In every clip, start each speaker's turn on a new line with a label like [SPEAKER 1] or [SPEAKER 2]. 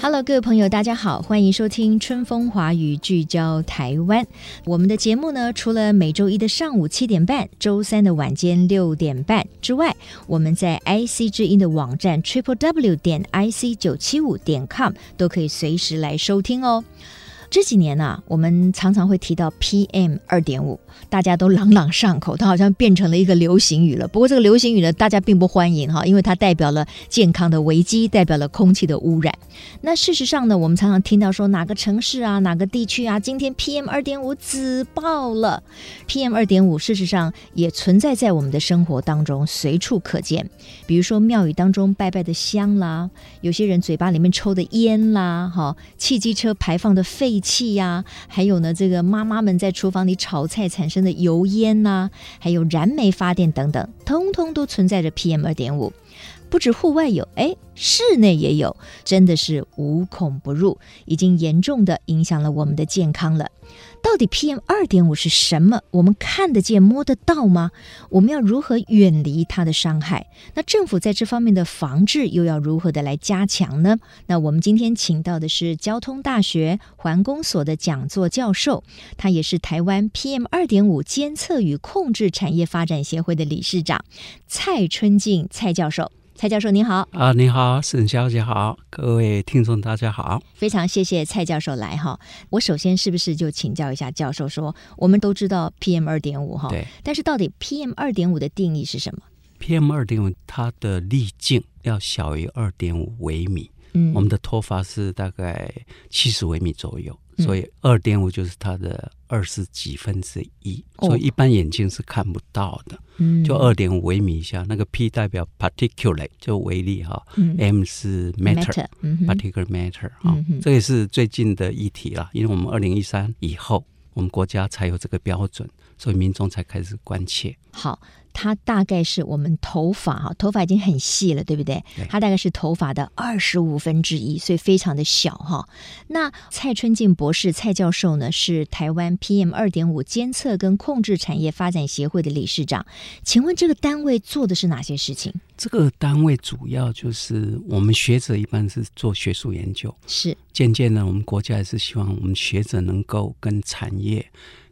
[SPEAKER 1] Hello，各位朋友，大家好，欢迎收听《春风华语》，聚焦台湾。我们的节目呢，除了每周一的上午七点半、周三的晚间六点半之外，我们在 IC 之音的网站 triple w 点 ic 九七五点 com 都可以随时来收听哦。这几年啊，我们常常会提到 PM 二点五，大家都朗朗上口，它好像变成了一个流行语了。不过这个流行语呢，大家并不欢迎哈，因为它代表了健康的危机，代表了空气的污染。那事实上呢，我们常常听到说哪个城市啊、哪个地区啊，今天 PM 二点五紫爆了。PM 二点五事实上也存在在我们的生活当中，随处可见。比如说庙宇当中拜拜的香啦，有些人嘴巴里面抽的烟啦，哈，汽机车排放的废气呀、还有呢，这个妈妈们在厨房里炒菜产生的油烟呐、还有燃煤发电等等，通通都存在着 PM 二点五。不止户外有，哎，室内也有，真的是无孔不入，已经严重的影响了我们的健康了。到底 PM 二点五是什么？我们看得见、摸得到吗？我们要如何远离它的伤害？那政府在这方面的防治又要如何的来加强呢？那我们今天请到的是交通大学环工所的讲座教授，他也是台湾 PM 二点五监测与控制产业发展协会的理事长蔡春静蔡教授。蔡教授您好，
[SPEAKER 2] 啊，你好，沈小姐好，各位听众大家好。
[SPEAKER 1] 非常谢谢蔡教授来哈。我首先是不是就请教一下教授说，我们都知道 PM 二点五哈，
[SPEAKER 2] 对
[SPEAKER 1] 但是到底 PM 二点五的定义是什么？
[SPEAKER 2] ，PM 二点五它的粒径要小于二点五微米，
[SPEAKER 1] 嗯，
[SPEAKER 2] 我们的头发是大概七十微米左右，
[SPEAKER 1] 嗯
[SPEAKER 2] 所以二点五就是它的二十几分之一，
[SPEAKER 1] 哦
[SPEAKER 2] 所以一般眼睛是看不到的。
[SPEAKER 1] 嗯
[SPEAKER 2] 就二点五微米以下，那个 P 代表 particulate 就微粒哈、
[SPEAKER 1] 嗯
[SPEAKER 2] m 是 matter。
[SPEAKER 1] matter，嗯哼
[SPEAKER 2] particular matter 哈、
[SPEAKER 1] 嗯哼
[SPEAKER 2] 这也是最近的议题啦，因为我们二零一三以后，我们国家才有这个标准，所以民众才开始关切。
[SPEAKER 1] 好，它大概是我们头发哈，头发已经很细了，对不对
[SPEAKER 2] 对？
[SPEAKER 1] 它大概是头发的二十五分之一，所以非常的小哈。那蔡春进博士、蔡教授呢，是台湾 PM 二点五监测跟控制产业发展协会的理事长。请问这个单位做的是哪些事情？
[SPEAKER 2] 这个单位主要就是我们学者一般是做学术研究，
[SPEAKER 1] 是
[SPEAKER 2] 渐渐呢，我们国家也是希望我们学者能够跟产业、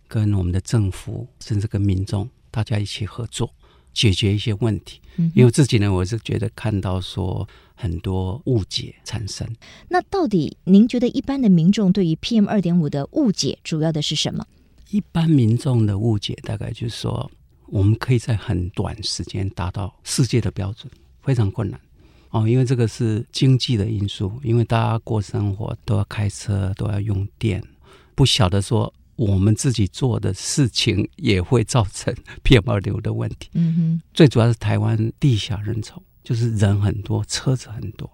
[SPEAKER 2] 跟我们的政府，甚至跟民众，大家一起合作，解决一些问题。
[SPEAKER 1] 嗯哼
[SPEAKER 2] 因为自己呢，我是觉得看到说很多误解产生。
[SPEAKER 1] 那到底您觉得一般的民众对于 PM 二点五的误解主要的是什么？
[SPEAKER 2] 一般民众的误解大概就是说，我们可以在很短时间达到世界的标准，非常困难哦，因为这个是经济的因素，因为大家过生活都要开车，都要用电，不晓得说我们自己做的事情也会造成 PM 二点五的问题。
[SPEAKER 1] 嗯
[SPEAKER 2] 最主要是台湾地狭人稠，就是人很多，车子很多，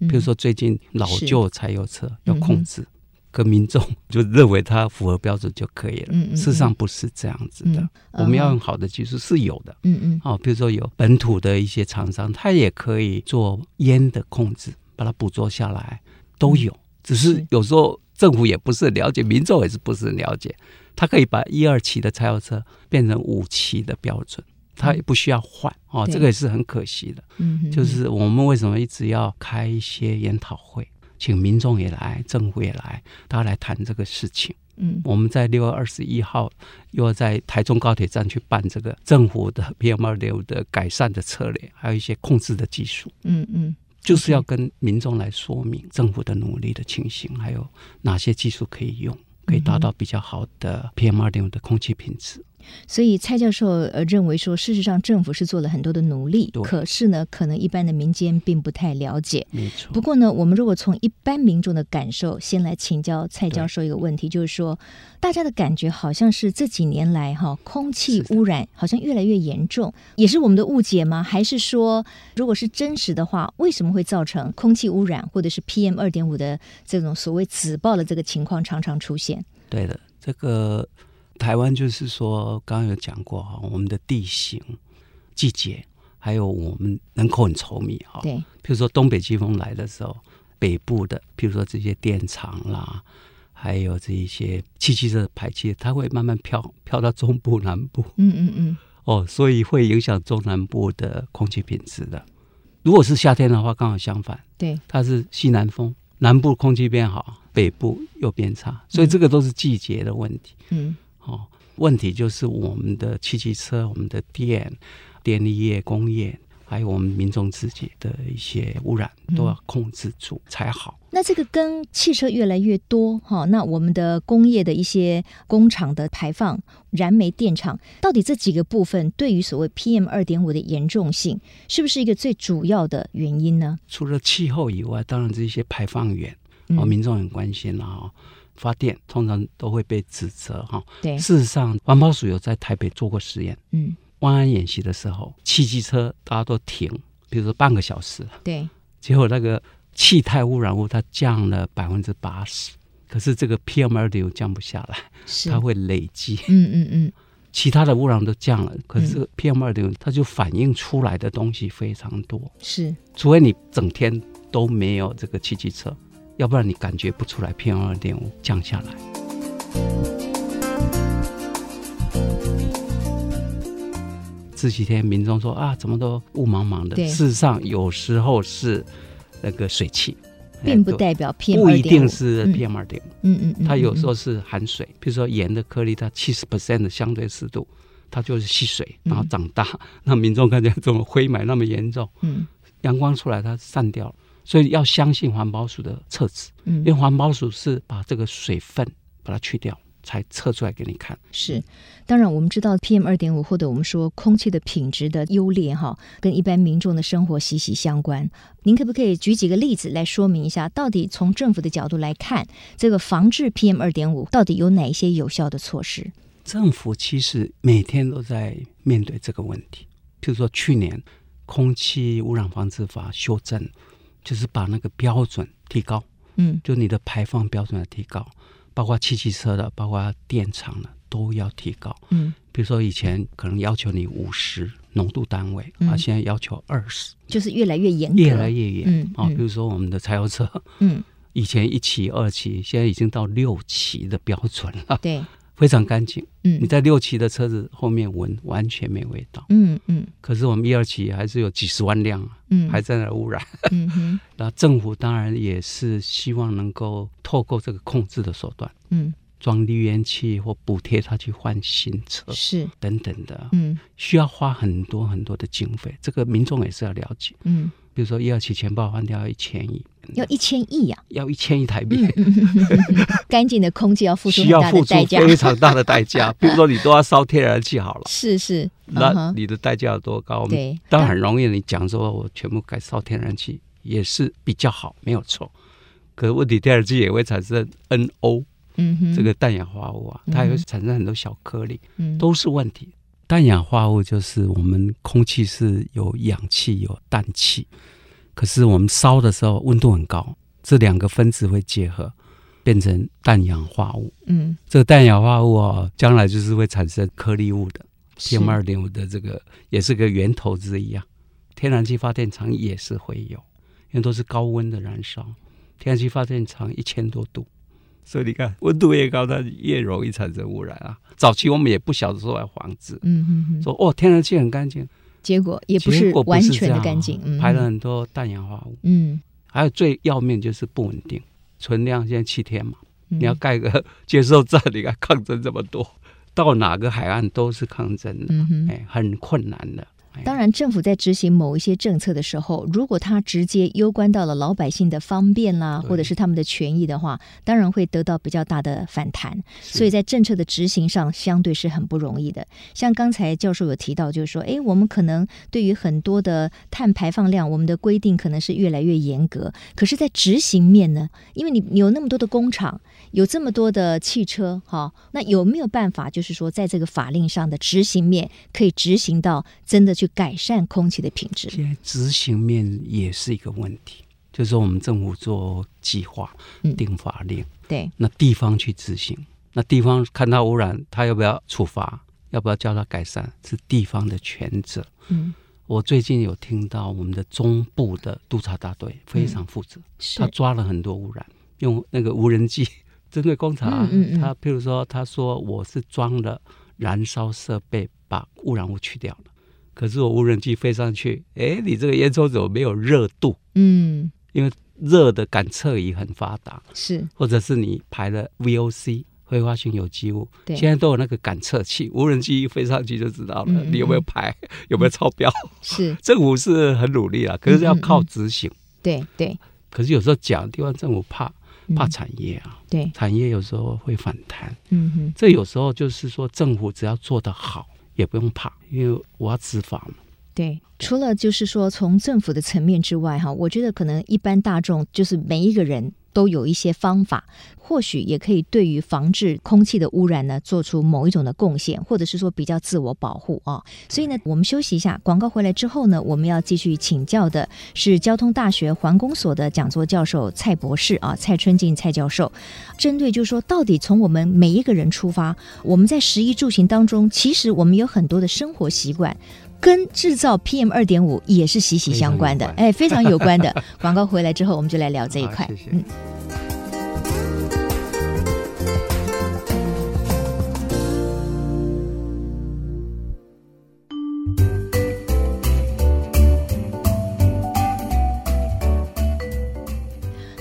[SPEAKER 1] 哼，
[SPEAKER 2] 比如说最近老
[SPEAKER 1] 嗯是
[SPEAKER 2] 旧柴油车要
[SPEAKER 1] 嗯哼
[SPEAKER 2] 控制，跟民众就认为它符合标准就可以了。
[SPEAKER 1] 嗯嗯嗯
[SPEAKER 2] 事实上不是这样子的，
[SPEAKER 1] 嗯
[SPEAKER 2] 我们要用好的技术是有的。
[SPEAKER 1] 嗯嗯
[SPEAKER 2] 哦，比如说有本土的一些厂商，它也可以做烟的控制，把它捕捉下来，都有。只是
[SPEAKER 1] 嗯是
[SPEAKER 2] 有时候政府也不是很了解，民众也是不是很了解。它可以把一二期的柴油车变成五期的标准，它也不需要换哦，
[SPEAKER 1] 对
[SPEAKER 2] 这个也是很可惜的。
[SPEAKER 1] 嗯哼，
[SPEAKER 2] 就是我们为什么一直要开一些研讨会，请民众也来，政府也来，大家来谈这个事情。
[SPEAKER 1] 嗯
[SPEAKER 2] 我们在六月二十一号又要在台中高铁站去办这个政府的 PM 二六的改善的策略，还有一些控制的技术，
[SPEAKER 1] 嗯嗯
[SPEAKER 2] 就是要跟民众来说明政府的努力的情形，嗯还有哪些技术可以用，可以达到比较好的 PM 二点五的空气品质。
[SPEAKER 1] 所以蔡教授呃认为说，事实上政府是做了很多的努力
[SPEAKER 2] 对，
[SPEAKER 1] 可是呢，可能一般的民间并不太了解。
[SPEAKER 2] 没错。
[SPEAKER 1] 不过呢，我们如果从一般民众的感受，先来请教蔡教授一个问题，就是说，大家的感觉好像是这几年来哈，空气
[SPEAKER 2] 是的
[SPEAKER 1] 污染好像越来越严重，也是我们的误解吗？还是说，如果是真实的话，为什么会造成空气污染或者是 PM 二点五的这种所谓紫爆的这个情况常常出现？
[SPEAKER 2] 对的，这个台湾就是说，刚刚有讲过哈，我们的地形、季节，还有我们人口很稠密哈。
[SPEAKER 1] 对，
[SPEAKER 2] 譬如说东北季风来的时候，北部的，譬如说这些电厂啦，还有这一些汽机车的排气，它会慢慢飘飘到中部、南部
[SPEAKER 1] 嗯嗯嗯，
[SPEAKER 2] 哦，所以会影响中南部的空气品质的。如果是夏天的话，刚好相反，
[SPEAKER 1] 对，
[SPEAKER 2] 它是西南风，南部空气变好，北部又变差，所以这个都是季节的问题。
[SPEAKER 1] 嗯
[SPEAKER 2] 哦，问题就是我们的汽机车、我们的电、电力业、工业，还有我们民众自己的一些污染
[SPEAKER 1] 嗯
[SPEAKER 2] 都要控制住才好。
[SPEAKER 1] 那这个跟汽车越来越多哈，那我们的工业的一些工厂的排放、燃煤电厂，到底这几个部分对于所谓 PM 二点五的严重性，是不是一个最主要的原因呢？
[SPEAKER 2] 除了气候以外，当然这些排放源，哦，
[SPEAKER 1] 嗯，
[SPEAKER 2] 民众很关心了哈、发电通常都会被指责哈、
[SPEAKER 1] 对，
[SPEAKER 2] 事实上，环保署有在台北做过实验，
[SPEAKER 1] 嗯，
[SPEAKER 2] 万安演习的时候，汽机车大家都停，比如说半个小时，
[SPEAKER 1] 对，
[SPEAKER 2] 结果那个气态污染物它降了百分之八十，可是这个 PM 二点五降不下来，
[SPEAKER 1] 是，
[SPEAKER 2] 它会累积。
[SPEAKER 1] 嗯嗯嗯，
[SPEAKER 2] 其他的污染都降了，可是这个 PM 二点五它就反映出来的东西非常多，
[SPEAKER 1] 是，
[SPEAKER 2] 除非你整天都没有这个汽机车，要不然你感觉不出来 PM 二点五降下来。这几天民众说啊，怎么都雾茫茫的
[SPEAKER 1] 对。
[SPEAKER 2] 事实上，有时候是那个水汽，哎
[SPEAKER 1] 并不
[SPEAKER 2] 对
[SPEAKER 1] 代表 PM
[SPEAKER 2] 不
[SPEAKER 1] 二
[SPEAKER 2] 一
[SPEAKER 1] 点
[SPEAKER 2] 定
[SPEAKER 1] 五，
[SPEAKER 2] 是
[SPEAKER 1] 嗯
[SPEAKER 2] PM 二点五。
[SPEAKER 1] 嗯嗯嗯，
[SPEAKER 2] 它有时
[SPEAKER 1] 嗯
[SPEAKER 2] 候是含水，比如说盐的颗粒，它七十 percent 的相对湿度，它就是吸水，
[SPEAKER 1] 嗯
[SPEAKER 2] 然后长大。 那民众看见怎么灰霾那么严重，
[SPEAKER 1] 嗯
[SPEAKER 2] 阳光出来它散掉了，所以要相信环保署的测纸，
[SPEAKER 1] 嗯
[SPEAKER 2] 因为环保署是把这个水分把它去掉，才测出来给你看。
[SPEAKER 1] 是，当然我们知道 PM 二点五或者我们说空气的品质的优劣哈，跟一般民众的生活息息相关。您可不可以举几个例子来说明一下，到底从政府的角度来看，这个防治 PM 二点五到底有哪一些有效的措施？
[SPEAKER 2] 政府其实每天都在面对这个问题，譬如说去年空气污染防治法修正，就是把那个标准提高。
[SPEAKER 1] 嗯
[SPEAKER 2] 就你的排放标准的提高，包括汽机车的，包括电厂的，都要提高。
[SPEAKER 1] 嗯，
[SPEAKER 2] 比如说以前可能要求你五十浓度单位，
[SPEAKER 1] 嗯
[SPEAKER 2] 啊，现在要求二十，
[SPEAKER 1] 就是越来越严格，
[SPEAKER 2] 越来越严。
[SPEAKER 1] 嗯
[SPEAKER 2] 啊，
[SPEAKER 1] 嗯
[SPEAKER 2] 比如说我们的柴油车，
[SPEAKER 1] 嗯，
[SPEAKER 2] 以前一期、二期，现在已经到六期的标准了，
[SPEAKER 1] 对，
[SPEAKER 2] 非常干净。
[SPEAKER 1] 嗯
[SPEAKER 2] 你在六期的车子后面闻，完全没味道。
[SPEAKER 1] 嗯嗯
[SPEAKER 2] 可是我们一二期还是有几十万辆啊，
[SPEAKER 1] 嗯，
[SPEAKER 2] 还在那儿污染。
[SPEAKER 1] 嗯哼
[SPEAKER 2] 那政府当然也是希望能够透过这个控制的手段。
[SPEAKER 1] 嗯
[SPEAKER 2] 装滤烟器或补贴他去换新车
[SPEAKER 1] 是
[SPEAKER 2] 等等的，
[SPEAKER 1] 嗯
[SPEAKER 2] 需要花很多很多的经费，这个民众也是要了解。
[SPEAKER 1] 嗯
[SPEAKER 2] 比如说一二期钱包换掉要一千亿，
[SPEAKER 1] 要一千亿 呀、
[SPEAKER 2] 要一千亿台
[SPEAKER 1] 嗯
[SPEAKER 2] 币，
[SPEAKER 1] 干净的空气要付出
[SPEAKER 2] 需
[SPEAKER 1] 很
[SPEAKER 2] 要
[SPEAKER 1] 大的
[SPEAKER 2] 付出
[SPEAKER 1] 代价，
[SPEAKER 2] 非常大的代 价。比如说你都要烧天然气好了，
[SPEAKER 1] 是是，嗯
[SPEAKER 2] 那
[SPEAKER 1] 哼
[SPEAKER 2] 你的代价有多高？我们
[SPEAKER 1] 对，
[SPEAKER 2] 当然很容易，你讲说我全部改烧天然气也是比较好，没有错。可是问题，天然气也会产生 NO
[SPEAKER 1] 嗯哼，
[SPEAKER 2] 这个氮氧化物啊，
[SPEAKER 1] 嗯
[SPEAKER 2] 它也会产生很多小颗粒。
[SPEAKER 1] 嗯
[SPEAKER 2] 都是问题。氮氧化物就是我们空气是有氧气有氮气，可是我们烧的时候温度很高，这两个分子会结合，变成氮氧化物。
[SPEAKER 1] 嗯
[SPEAKER 2] 这个氮氧化物哦，将来就是会产生颗粒物的
[SPEAKER 1] 是
[SPEAKER 2] PM 二点五的这个也是个源头之一啊。天然气发电厂也是会有，因为都是高温的燃烧，天然气发电厂一千多度，所以你看温度越高，它越容易产生污染啊。早期我们也不晓得说要防治，
[SPEAKER 1] 嗯哼哼。
[SPEAKER 2] 说哦天然气很干净，
[SPEAKER 1] 结果也不
[SPEAKER 2] 结
[SPEAKER 1] 是
[SPEAKER 2] 果不
[SPEAKER 1] 完
[SPEAKER 2] 是
[SPEAKER 1] 全
[SPEAKER 2] 这
[SPEAKER 1] 的
[SPEAKER 2] 样啊
[SPEAKER 1] 干净，嗯，
[SPEAKER 2] 排了很多氮氧化物，
[SPEAKER 1] 嗯，
[SPEAKER 2] 还有最要命就是不稳定，存量现在七天嘛。
[SPEAKER 1] 嗯，
[SPEAKER 2] 你要盖个 接收站，你看抗争这么多，到哪个海岸都是抗争的，哎
[SPEAKER 1] 嗯哼，
[SPEAKER 2] 哎，很困难的。哎
[SPEAKER 1] 当然，政府在执行某一些政策的时候，如果它直接攸关到了老百姓的方便啦，
[SPEAKER 2] 对
[SPEAKER 1] 或者是他们的权益的话，当然会得到比较大的反弹。
[SPEAKER 2] 是
[SPEAKER 1] 所以在政策的执行上，相对是很不容易的。像刚才教授有提到，就是说，诶，我们可能对于很多的碳排放量，我们的规定可能是越来越严格，可是，在执行面呢，因为你你有那么多的工厂，有这么多的汽车，哈、那有没有办法，就是说，在这个法令上的执行面，可以执行到真的去改善空气的品质？
[SPEAKER 2] 现在执行面也是一个问题，就是说我们政府做计划
[SPEAKER 1] 嗯、
[SPEAKER 2] 定法令，
[SPEAKER 1] 对，
[SPEAKER 2] 那地方去执行，那地方看他污染，他要不要处罚，要不要叫他改善，是地方的权责。
[SPEAKER 1] 嗯，
[SPEAKER 2] 我最近有听到我们的中部的督察大队
[SPEAKER 1] 嗯
[SPEAKER 2] 非常负责，
[SPEAKER 1] 是
[SPEAKER 2] 他，抓了很多污染，用那个无人机 针对工厂啊，
[SPEAKER 1] 嗯嗯嗯
[SPEAKER 2] 他譬如说他说我是装了燃烧设备把污染物去掉了，可是我无人机飞上去，哎，你这个烟囱怎么没有热度？
[SPEAKER 1] 嗯，
[SPEAKER 2] 因为热的感测仪很发达，
[SPEAKER 1] 是，
[SPEAKER 2] 或者是你排了 VOC 挥发性有机物，
[SPEAKER 1] 对
[SPEAKER 2] 现在都有那个感测器，无人机一飞上去就知道了，
[SPEAKER 1] 嗯嗯
[SPEAKER 2] 你有没有
[SPEAKER 1] 嗯
[SPEAKER 2] 排， 有没有超标。
[SPEAKER 1] 是，
[SPEAKER 2] 政府是很努力啊了，可是要
[SPEAKER 1] 嗯
[SPEAKER 2] 靠执行。
[SPEAKER 1] 对，对，
[SPEAKER 2] 可是有时候讲地方政府怕
[SPEAKER 1] 嗯
[SPEAKER 2] 怕产业啊，
[SPEAKER 1] 对，
[SPEAKER 2] 产业有时候会反弹。
[SPEAKER 1] 嗯哼，
[SPEAKER 2] 这有时候就是说，政府只要做得好，也不用怕，因为我要执法嘛。
[SPEAKER 1] 对。除了就是说从政府的层面之外，哈，我觉得可能一般大众就是每一个人都有一些方法，或许也可以对于防治空气的污染呢做出某一种的贡献，或者是说比较自我保护啊、所以呢，我们休息一下，广告回来之后呢，我们要继续请教的是交通大学环工所的讲座教授蔡博士啊，蔡春进蔡教授，针对就是说，到底从我们每一个人出发，我们在食衣住行当中，其实我们有很多的生活习惯。跟制造 PM 二点五也是息息相关的，
[SPEAKER 2] 非常有
[SPEAKER 1] 哎，非
[SPEAKER 2] 关
[SPEAKER 1] 常有关的。 广告回来之后，我们就来聊这一
[SPEAKER 2] 好
[SPEAKER 1] 块。
[SPEAKER 2] 谢谢
[SPEAKER 1] 嗯。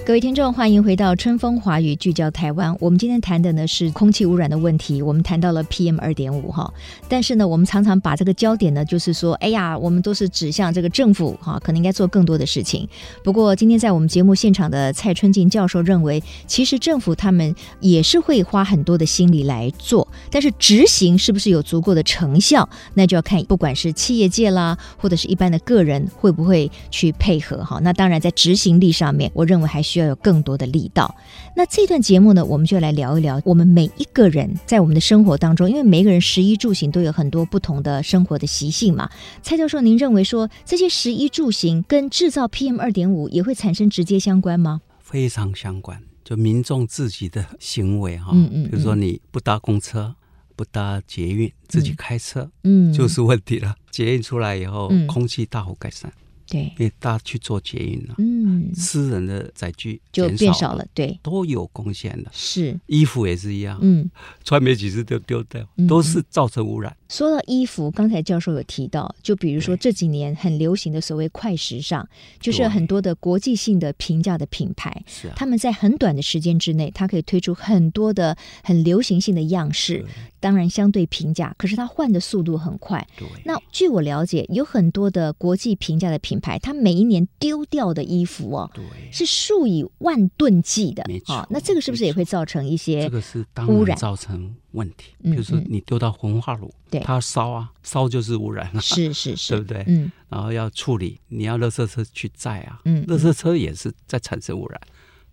[SPEAKER 1] 各位听众，欢迎回到《春风华语》，聚焦台湾。我们今天谈的呢是空气污染的问题，我们谈到了 PM 二点五哈，但是呢，我们常常把这个焦点呢，就是说，哎呀，我们都是指向这个政府哈，可能应该做更多的事情。不过今天在我们节目现场的蔡春进教授认为，其实政府他们也是会花很多的心力来做，但是执行是不是有足够的成效，那就要看不管是企业界啦，或者是一般的个人会不会去配合哈。那当然在执行力上面，我认为还需要有更多的力道。那这段节目呢，我们就来聊一聊我们每一个人在我们的生活当中，因为每一个人食衣住行都有很多不同的生活的习性嘛。蔡教授，您认为说这些食衣住行跟制造 PM 二点五也会产生直接相关吗？
[SPEAKER 2] 非常相关，就民众自己的行为哈，
[SPEAKER 1] 嗯嗯
[SPEAKER 2] 比如说你不搭公车、不搭捷运，自己开车、
[SPEAKER 1] 嗯，
[SPEAKER 2] 就是问题了。捷运出来以后，
[SPEAKER 1] 嗯
[SPEAKER 2] 空气大幅改善，
[SPEAKER 1] 对，
[SPEAKER 2] 因为大家去做捷运了，
[SPEAKER 1] 嗯，
[SPEAKER 2] 私人的载具
[SPEAKER 1] 就
[SPEAKER 2] 减
[SPEAKER 1] 变
[SPEAKER 2] 少
[SPEAKER 1] 少了，，对，
[SPEAKER 2] 都有贡献的。
[SPEAKER 1] 是，
[SPEAKER 2] 衣服也是一样，
[SPEAKER 1] 嗯。
[SPEAKER 2] 穿没几次就丢掉
[SPEAKER 1] 嗯，
[SPEAKER 2] 都是造成污染。
[SPEAKER 1] 说到衣服，刚才教授有提到，就比如说这几年很流行的所谓快时尚，就是
[SPEAKER 2] 对
[SPEAKER 1] 很多的国际性的平价的品牌，
[SPEAKER 2] 是啊，
[SPEAKER 1] 他们在很短的时间之内，它可以推出很多的很流行性的样式
[SPEAKER 2] 对，
[SPEAKER 1] 当然相对平价，可是它换的速度很快。
[SPEAKER 2] 对，
[SPEAKER 1] 那据我了解，有很多的国际平价的品牌，它每一年丢掉的衣服哦，
[SPEAKER 2] 对，
[SPEAKER 1] 是数以万吨计的
[SPEAKER 2] 没错
[SPEAKER 1] 哦。那这个是不是也会造成一些
[SPEAKER 2] 这个是当
[SPEAKER 1] 污
[SPEAKER 2] 然
[SPEAKER 1] 染
[SPEAKER 2] 造成问题。
[SPEAKER 1] 嗯
[SPEAKER 2] 比如说
[SPEAKER 1] 嗯
[SPEAKER 2] 你丢到焚化炉，
[SPEAKER 1] 对
[SPEAKER 2] 它烧啊，烧就是污染了，
[SPEAKER 1] 是是
[SPEAKER 2] 对
[SPEAKER 1] 是
[SPEAKER 2] 不，对？
[SPEAKER 1] 嗯
[SPEAKER 2] 然后要处理，你要垃圾车去载啊，
[SPEAKER 1] 嗯
[SPEAKER 2] 垃圾车也是在产生污染。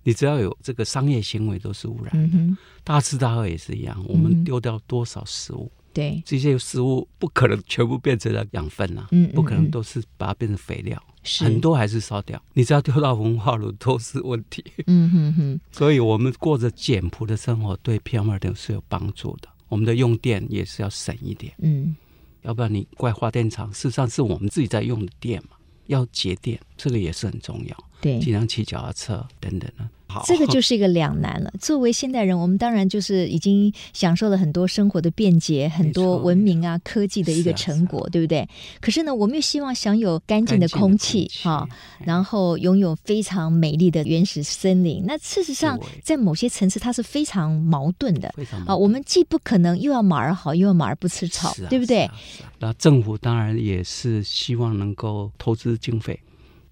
[SPEAKER 2] 你只要有这个商业行为都是污染，
[SPEAKER 1] 嗯哼，
[SPEAKER 2] 大吃大喝也是一样。我
[SPEAKER 1] 嗯哼
[SPEAKER 2] 们丢掉多少食物，
[SPEAKER 1] 对，
[SPEAKER 2] 这些食物不可能全部变成了养分啊，
[SPEAKER 1] 嗯嗯
[SPEAKER 2] 不可能
[SPEAKER 1] 嗯
[SPEAKER 2] 都是把它变成肥料，
[SPEAKER 1] 是
[SPEAKER 2] 很，多还是烧掉。你只要丢到焚化炉都是问题，
[SPEAKER 1] 嗯哼哼，
[SPEAKER 2] 所以我们过着简朴的生活，对 PM 二点是有帮助的。我们的用电也是要省一点，
[SPEAKER 1] 嗯。
[SPEAKER 2] 要不然你怪发电厂，事实上是我们自己在用的电嘛，要节电，这个也是很重要。
[SPEAKER 1] 对，
[SPEAKER 2] 尽量骑脚踏车等等呢，好，
[SPEAKER 1] 这个就是一个两难了。作为现代人，我们当然就是已经享受了很多生活的便捷，很多文明啊、科技的一个成果，
[SPEAKER 2] 是啊
[SPEAKER 1] 对不对？可是呢，我们又希望享有干净
[SPEAKER 2] 干净
[SPEAKER 1] 的空
[SPEAKER 2] 气
[SPEAKER 1] 气啊、
[SPEAKER 2] 哎
[SPEAKER 1] 然后拥有非常美丽的原始森林。那事实上
[SPEAKER 2] 对，
[SPEAKER 1] 在某些层次，它是非常矛盾的
[SPEAKER 2] 非常
[SPEAKER 1] 啊。我们既不可能又要马儿好，又要马儿不吃草，
[SPEAKER 2] 是啊
[SPEAKER 1] 对不对？
[SPEAKER 2] 是啊是啊那政府当然也是希望能够投资经费，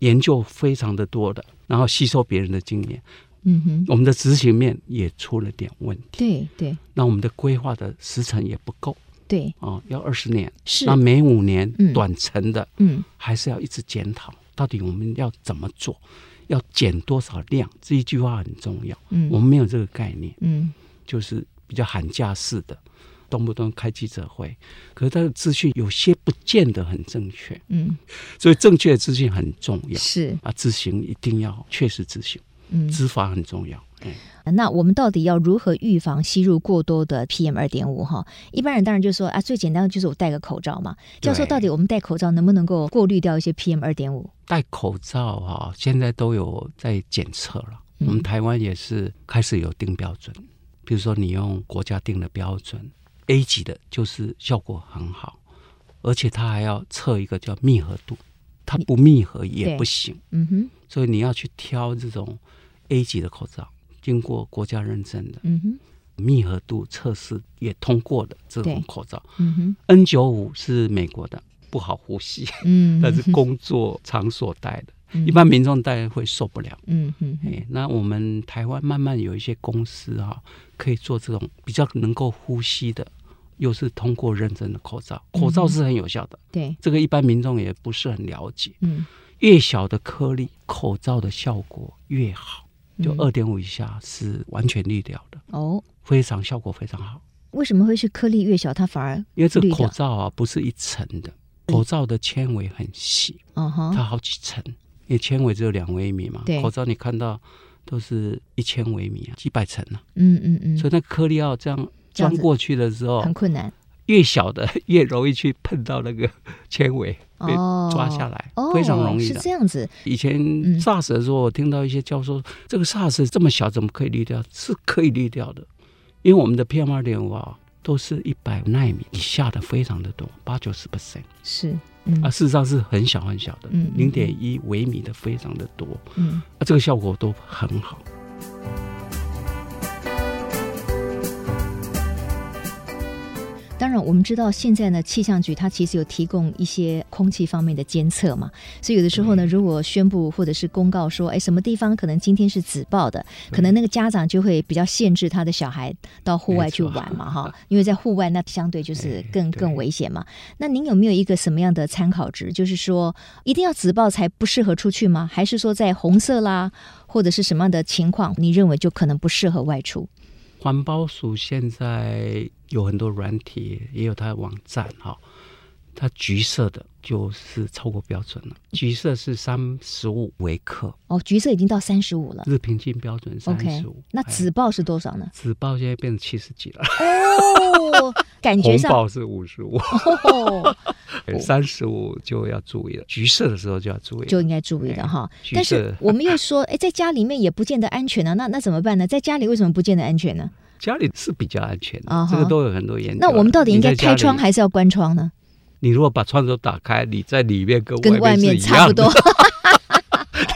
[SPEAKER 2] 研究非常的多的，然后吸收别人的经验。
[SPEAKER 1] 嗯哼，
[SPEAKER 2] 我们的执行面也出了点问题，
[SPEAKER 1] 对对
[SPEAKER 2] 那我们的规划的时程也不够
[SPEAKER 1] 对，
[SPEAKER 2] 啊、哦要二十年，
[SPEAKER 1] 是，
[SPEAKER 2] 那每五年
[SPEAKER 1] 嗯
[SPEAKER 2] 短程的、
[SPEAKER 1] 嗯
[SPEAKER 2] 还是要一直检讨，到底我们要怎么做，要减多少量，这一句话很重要。我
[SPEAKER 1] 嗯
[SPEAKER 2] 们没有这个概念，
[SPEAKER 1] 嗯，
[SPEAKER 2] 就是比较喊价式的，动不动开记者会，可是他的资讯有些不见得很正确，
[SPEAKER 1] 嗯
[SPEAKER 2] 所以正确的资讯很重要
[SPEAKER 1] 是，
[SPEAKER 2] 啊，执行一定要确实执行，
[SPEAKER 1] 嗯。
[SPEAKER 2] 执法很重要。哎，
[SPEAKER 1] 那我们到底要如何预防吸入过多的 PM 二点五？哈，一般人当然就说啊，最简单的就是我戴个口罩嘛。教授，
[SPEAKER 2] 对
[SPEAKER 1] 到底我们戴口罩能不能够过滤掉一些 PM 二点五？
[SPEAKER 2] 戴口罩啊，现在都有在检测了，
[SPEAKER 1] 嗯
[SPEAKER 2] 我们台湾也是开始有定标准，比如说你用国家定的标准 A 级的，就是效果很好，而且它还要测一个叫密合度，它不密合也
[SPEAKER 1] 对
[SPEAKER 2] 不行。
[SPEAKER 1] 嗯哼，
[SPEAKER 2] 所以你要去挑这种 A 级的口罩，经过国家认证的、
[SPEAKER 1] 嗯哼，
[SPEAKER 2] 密合度测试也通过的这
[SPEAKER 1] 对
[SPEAKER 2] 种口罩。
[SPEAKER 1] 嗯哼，
[SPEAKER 2] N 9 5是美国的，不好呼 吸，
[SPEAKER 1] 嗯，
[SPEAKER 2] 那是工作场所戴的，
[SPEAKER 1] 嗯
[SPEAKER 2] 一般民众戴会受不了。
[SPEAKER 1] 嗯哼，
[SPEAKER 2] 哎，那我们台湾慢慢有一些公司哈、可以做这种比较能够呼吸的，又是通过认证的口罩。
[SPEAKER 1] 嗯
[SPEAKER 2] 口罩是很有效的，
[SPEAKER 1] 对，
[SPEAKER 2] 这个一般民众也不是很了解。
[SPEAKER 1] 嗯，
[SPEAKER 2] 越小的颗粒，口罩的效果越好，就
[SPEAKER 1] 嗯
[SPEAKER 2] 二点五以下是完全滤掉的，
[SPEAKER 1] 哦，
[SPEAKER 2] 非常效果非常好。
[SPEAKER 1] 为什么会是颗粒越小，它反而
[SPEAKER 2] 因为这个
[SPEAKER 1] 滤掉嗯
[SPEAKER 2] 口罩啊不是一层的，口罩的纤维很细，
[SPEAKER 1] 啊哈
[SPEAKER 2] 它好几层，因为纤维只有两微米嘛
[SPEAKER 1] 对，
[SPEAKER 2] 口罩你看到都是一千微米啊，几百层啊，
[SPEAKER 1] 嗯嗯嗯，
[SPEAKER 2] 所以那颗粒要这样
[SPEAKER 1] 这样
[SPEAKER 2] 钻
[SPEAKER 1] 子
[SPEAKER 2] 过去的时候
[SPEAKER 1] 很，困难
[SPEAKER 2] 越小的越容易去碰到那个纤维，被
[SPEAKER 1] 哦，
[SPEAKER 2] 抓下来
[SPEAKER 1] 哦，
[SPEAKER 2] 非常容易
[SPEAKER 1] 是
[SPEAKER 2] 的
[SPEAKER 1] 这。样嗯子，
[SPEAKER 2] 以前 SARS 的时候，我听到一些教授，这个 SARS 这么小，怎么可以滤掉？是可以滤掉的，因为我们的 PM 二点五啊，都是一百纳米以下的，非常的多，八九十 percent
[SPEAKER 1] 是，嗯
[SPEAKER 2] 啊，事实上是很小很小的
[SPEAKER 1] 嗯，嗯
[SPEAKER 2] 零点一微米的非常的多，
[SPEAKER 1] 嗯
[SPEAKER 2] 啊，这个效果都很好。
[SPEAKER 1] 当然，我们知道现在呢，气象局它其实有提供一些空气方面的监测嘛，所以有的时候呢，如果宣布或者是公告说，哎，什么地方可能今天是紫报的，可能那个家长就会比较限制他的小孩到户外去玩嘛，
[SPEAKER 2] 没错
[SPEAKER 1] 哈，因为在户外那相对就是更
[SPEAKER 2] 哎对
[SPEAKER 1] 更危险嘛。那您有没有一个什么样的参考值？就是说，一定要紫报才不适合出去吗？还是说在红色啦，或者是什么样的情况，你认为就可能不适合外出？
[SPEAKER 2] 环保署现在有很多软体，也有它的网站哈、它橘色的就是超过标准了，橘色是三十五微克，
[SPEAKER 1] 哦，橘色已经到三十五了。
[SPEAKER 2] 日平均标准三
[SPEAKER 1] OK，
[SPEAKER 2] 十五。
[SPEAKER 1] 那
[SPEAKER 2] 哎
[SPEAKER 1] 紫报是多少呢？
[SPEAKER 2] 紫报现在变成七十几了，
[SPEAKER 1] 哦，感觉
[SPEAKER 2] 红
[SPEAKER 1] 上
[SPEAKER 2] 报是五十五，
[SPEAKER 1] 哦
[SPEAKER 2] 三十五就要注意了，橘色的时候就要注意了，
[SPEAKER 1] 就应该注意的哈。
[SPEAKER 2] 哎
[SPEAKER 1] 但
[SPEAKER 2] 橘
[SPEAKER 1] 是
[SPEAKER 2] 色
[SPEAKER 1] 我们又说，哎，在家里面也不见得安全啊。那那怎么办呢？在家里为什么不见得安全呢？
[SPEAKER 2] 家里是比较安全的，
[SPEAKER 1] 啊哈
[SPEAKER 2] 这个都有很多研究的。
[SPEAKER 1] 那我们到底应该
[SPEAKER 2] 呃你在家
[SPEAKER 1] 开
[SPEAKER 2] 里
[SPEAKER 1] 窗？还是要关窗呢？
[SPEAKER 2] 你如果把窗都打开，你在里面跟
[SPEAKER 1] 跟外
[SPEAKER 2] 面
[SPEAKER 1] 面
[SPEAKER 2] 是一
[SPEAKER 1] 差不
[SPEAKER 2] 样的
[SPEAKER 1] 多，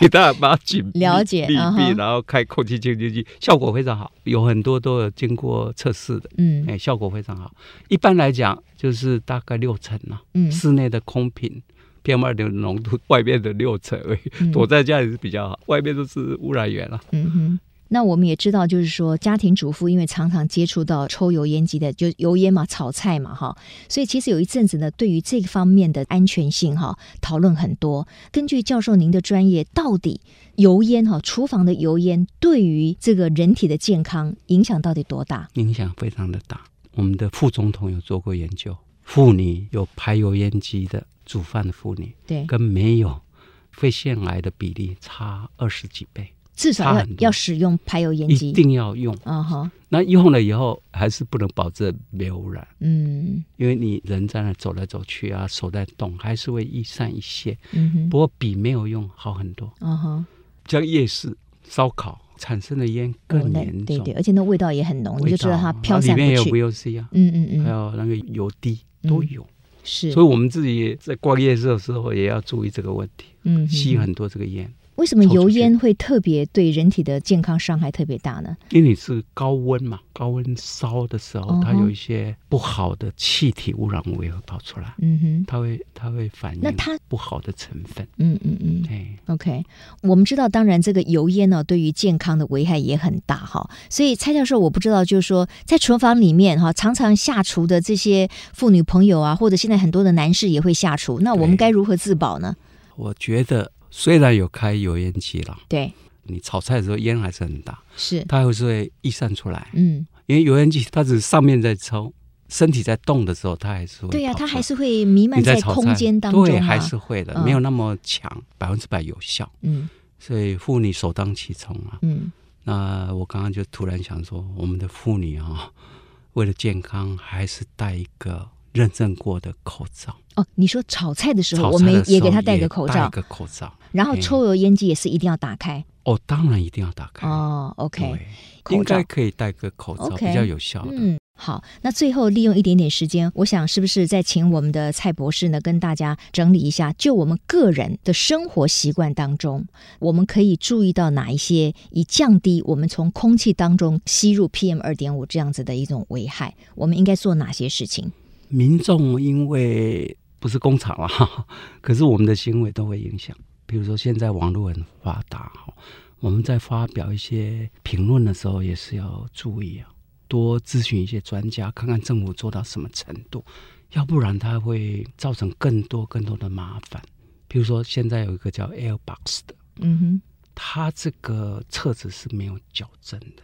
[SPEAKER 2] 你当然把它紧闭
[SPEAKER 1] 了解
[SPEAKER 2] 密
[SPEAKER 1] 啊哈
[SPEAKER 2] 闭，然后开空气清新机，效果非常好，有很多都有经过测试的，
[SPEAKER 1] 嗯
[SPEAKER 2] 哎，效果非常好。一般来讲，就是大概六成啊，
[SPEAKER 1] 嗯
[SPEAKER 2] 室内的空瓶 PM 二点浓度，外面的六成而已，
[SPEAKER 1] 嗯
[SPEAKER 2] 躲在家里是比较好，外面都是污染源了、啊
[SPEAKER 1] 嗯哼。那我们也知道，就是说家庭主妇因为常常接触到抽油烟机的，就油烟嘛、炒菜嘛，哈，所以其实有一阵子呢，对于这方面的安全性哈讨论很多。根据教授您的专业，到底油烟哈，厨房的油烟对于这个人体的健康影响到底多大？
[SPEAKER 2] 影响非常的大。我们的副总统有做过研究，妇女有排油烟机的煮饭的妇女，
[SPEAKER 1] 对，
[SPEAKER 2] 跟没有肺腺癌的比例差二十几倍，
[SPEAKER 1] 至少
[SPEAKER 2] 差
[SPEAKER 1] 要
[SPEAKER 2] 很多
[SPEAKER 1] 要使用排油烟
[SPEAKER 2] 一
[SPEAKER 1] 机。
[SPEAKER 2] 定要用。
[SPEAKER 1] 啊哈，
[SPEAKER 2] 那用了以后还是不能保证没有污染，
[SPEAKER 1] 嗯
[SPEAKER 2] 因为你人在那走来走去啊，手在动，还是会一散一些。
[SPEAKER 1] 嗯哼，
[SPEAKER 2] 不过比没有用好很多。
[SPEAKER 1] 啊哈，
[SPEAKER 2] 像夜市、烧烤、产生的烟更严重，
[SPEAKER 1] 对对，而且哦那味道也很浓，你
[SPEAKER 2] 味
[SPEAKER 1] 就知道
[SPEAKER 2] 道
[SPEAKER 1] 它
[SPEAKER 2] 啊
[SPEAKER 1] 飘
[SPEAKER 2] 里
[SPEAKER 1] 散
[SPEAKER 2] 面也有
[SPEAKER 1] 不去。
[SPEAKER 2] VOC 啊，
[SPEAKER 1] 嗯嗯嗯，
[SPEAKER 2] 还有那个油滴都
[SPEAKER 1] 嗯
[SPEAKER 2] 有，
[SPEAKER 1] 是，
[SPEAKER 2] 所以我们自己在逛夜市的时候也要注意这个问题，
[SPEAKER 1] 嗯，嗯
[SPEAKER 2] 吸
[SPEAKER 1] 嗯
[SPEAKER 2] 很多这个烟，
[SPEAKER 1] 为什么
[SPEAKER 2] 抽出
[SPEAKER 1] 油
[SPEAKER 2] 去
[SPEAKER 1] 烟会特别对人体的健康伤害特别大呢？
[SPEAKER 2] 因为你是高温嘛，高温烧的时
[SPEAKER 1] 嗯
[SPEAKER 2] 候，
[SPEAKER 1] 哼
[SPEAKER 2] 它有一些不好的气体污染物也会跑出来，
[SPEAKER 1] 嗯哼，
[SPEAKER 2] 它会它会反
[SPEAKER 1] 那
[SPEAKER 2] 应
[SPEAKER 1] 它
[SPEAKER 2] 不好的成分，
[SPEAKER 1] 嗯嗯嗯
[SPEAKER 2] 哎，
[SPEAKER 1] ，OK，我们知道，当然这个油烟呢、对于健康的危害也很大哈。所以蔡教授，我不知道，就是说在厨房里面哈，常常下厨的这些妇女朋友啊，或者现在很多的男士也会下厨，那我们
[SPEAKER 2] 对
[SPEAKER 1] 该如何自保呢？
[SPEAKER 2] 我觉得虽然有开油烟机了，
[SPEAKER 1] 对，
[SPEAKER 2] 你炒菜的时候烟还是很大，
[SPEAKER 1] 是，
[SPEAKER 2] 它还是会溢散出来，
[SPEAKER 1] 嗯，
[SPEAKER 2] 因为油烟机它只是上面在抽，身体在动的时候，它还是会
[SPEAKER 1] 对呀、
[SPEAKER 2] 跑
[SPEAKER 1] 它
[SPEAKER 2] 出
[SPEAKER 1] 还
[SPEAKER 2] 来
[SPEAKER 1] 是会弥漫
[SPEAKER 2] 你在炒
[SPEAKER 1] 空
[SPEAKER 2] 菜
[SPEAKER 1] 间当中、啊、
[SPEAKER 2] 对，还是会的，
[SPEAKER 1] 嗯
[SPEAKER 2] 没有那么强，百分之百有效，
[SPEAKER 1] 嗯
[SPEAKER 2] 所以妇女首当其冲啊。
[SPEAKER 1] 嗯
[SPEAKER 2] 那我刚刚就突然想说，我们的妇女啊、为了健康，还是戴一个认证过的口罩。
[SPEAKER 1] 哦，你说炒菜的时候，
[SPEAKER 2] 炒
[SPEAKER 1] 我
[SPEAKER 2] 菜
[SPEAKER 1] 们
[SPEAKER 2] 的时候
[SPEAKER 1] 也给他戴个口
[SPEAKER 2] 戴
[SPEAKER 1] 罩，
[SPEAKER 2] 个口罩。
[SPEAKER 1] 然后
[SPEAKER 2] 哎
[SPEAKER 1] 抽油烟机也是一定要打开。
[SPEAKER 2] 哦，当然一定要打开。
[SPEAKER 1] 哦，OK，
[SPEAKER 2] 对，
[SPEAKER 1] 口
[SPEAKER 2] 应
[SPEAKER 1] 罩
[SPEAKER 2] 该可以戴个口罩
[SPEAKER 1] OK
[SPEAKER 2] 比较有效的。
[SPEAKER 1] 嗯，好，那最后利用一点点时间，我想是不是再请我们的蔡博士呢，跟大家整理一下，就我们个人的生活习惯当中，我们可以注意到哪一些以降低我们从空气当中吸入 PM 二点五这样子的一种危害，我们应该做哪些事情？
[SPEAKER 2] 民众因为不是工厂了，哈哈， 可是我们的行为都会影响。比如说现在网络很发达哈，我们在发表一些评论的时候也是要注意啊，多咨询一些专家，看看政府做到什么程度，要不然它会造成更多更多的麻烦。比如说现在有一个叫 Airbox 的，
[SPEAKER 1] 嗯哼，
[SPEAKER 2] 它这个册子是没有矫正的，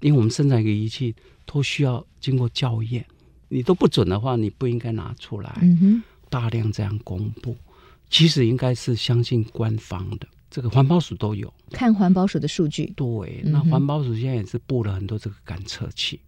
[SPEAKER 2] 因为我们生产一个仪器都需要经过校验，你都不准的话，你不应该拿出来
[SPEAKER 1] 嗯哼，
[SPEAKER 2] 大量这样公布。其实应该是相信官方的，这个环保署都有。
[SPEAKER 1] 看环保署的数据，
[SPEAKER 2] 对，
[SPEAKER 1] 嗯
[SPEAKER 2] 那
[SPEAKER 1] 哼
[SPEAKER 2] 环保署现在也是布了很多这个感测器，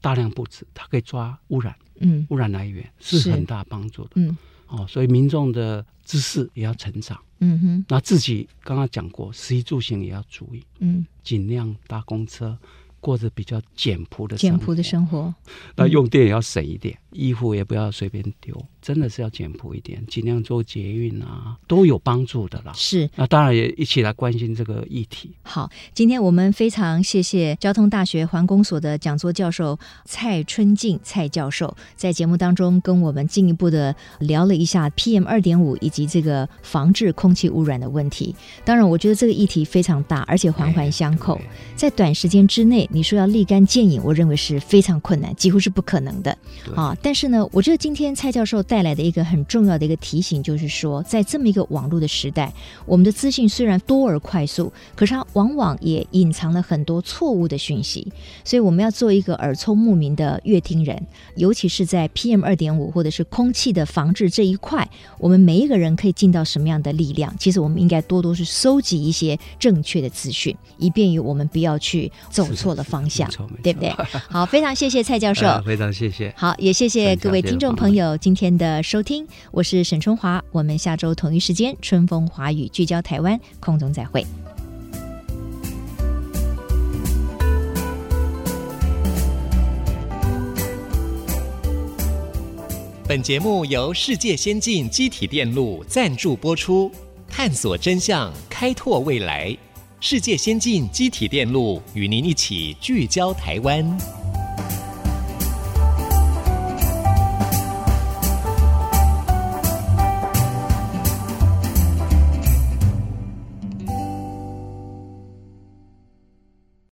[SPEAKER 2] 大量布置，它可以抓污染，
[SPEAKER 1] 嗯
[SPEAKER 2] 污染来源
[SPEAKER 1] 是
[SPEAKER 2] 是很大帮助的。
[SPEAKER 1] 嗯
[SPEAKER 2] 哦，所以民众的知识也要成长，
[SPEAKER 1] 嗯哼，
[SPEAKER 2] 那自己刚刚讲过，食衣住行也要注意。
[SPEAKER 1] 嗯，
[SPEAKER 2] 尽量搭公车，过着比较简朴的
[SPEAKER 1] 简朴的
[SPEAKER 2] 活。
[SPEAKER 1] 生活，
[SPEAKER 2] 那用电也要省一点，衣服也不要随便丢，真的是要简朴一点，尽量做捷运啊，都有帮助的啦。
[SPEAKER 1] 是
[SPEAKER 2] 那当然也一起来关心这个议题。
[SPEAKER 1] 好，今天我们非常谢谢交通大学环工所的讲座教授蔡春静蔡教授，在节目当中跟我们进一步的聊了一下 PM 二点五以及这个防治空气污染的问题。当然，我觉得这个议题非常大，而且环环相扣
[SPEAKER 2] 对。
[SPEAKER 1] 在短时间之内，你说要立竿见影，我认为是非常困难，几乎是不可能的
[SPEAKER 2] 对
[SPEAKER 1] 啊。但是呢，我觉得今天蔡教授带来的一个很重要的一个提醒，就是说，在这么一个网络的时代，我们的资讯虽然多而快速，可是它往往也隐藏了很多错误的讯息，所以我们要做一个耳聪目明的乐听人，尤其是在 PM 二点五或者是空气的防治这一块，我们每一个人可以尽到什么样的力量？其实我们应该多多去收集一些正确的资讯，以便于我们不要去走
[SPEAKER 2] 是的
[SPEAKER 1] 错了
[SPEAKER 2] 是的
[SPEAKER 1] 方
[SPEAKER 2] 没
[SPEAKER 1] 向
[SPEAKER 2] 错没，
[SPEAKER 1] 对不对？好，非常谢谢蔡教 授。
[SPEAKER 2] 呃非常谢谢。
[SPEAKER 1] 好，也谢谢各位听众朋友今天的收听，我是沈春华，我们下周同一时间春风华语聚焦台湾，空中再会。
[SPEAKER 3] 本节目由世界先进机体电路赞助播出，探索真相，开拓未来。世界先进机体电路与您一起聚焦台湾。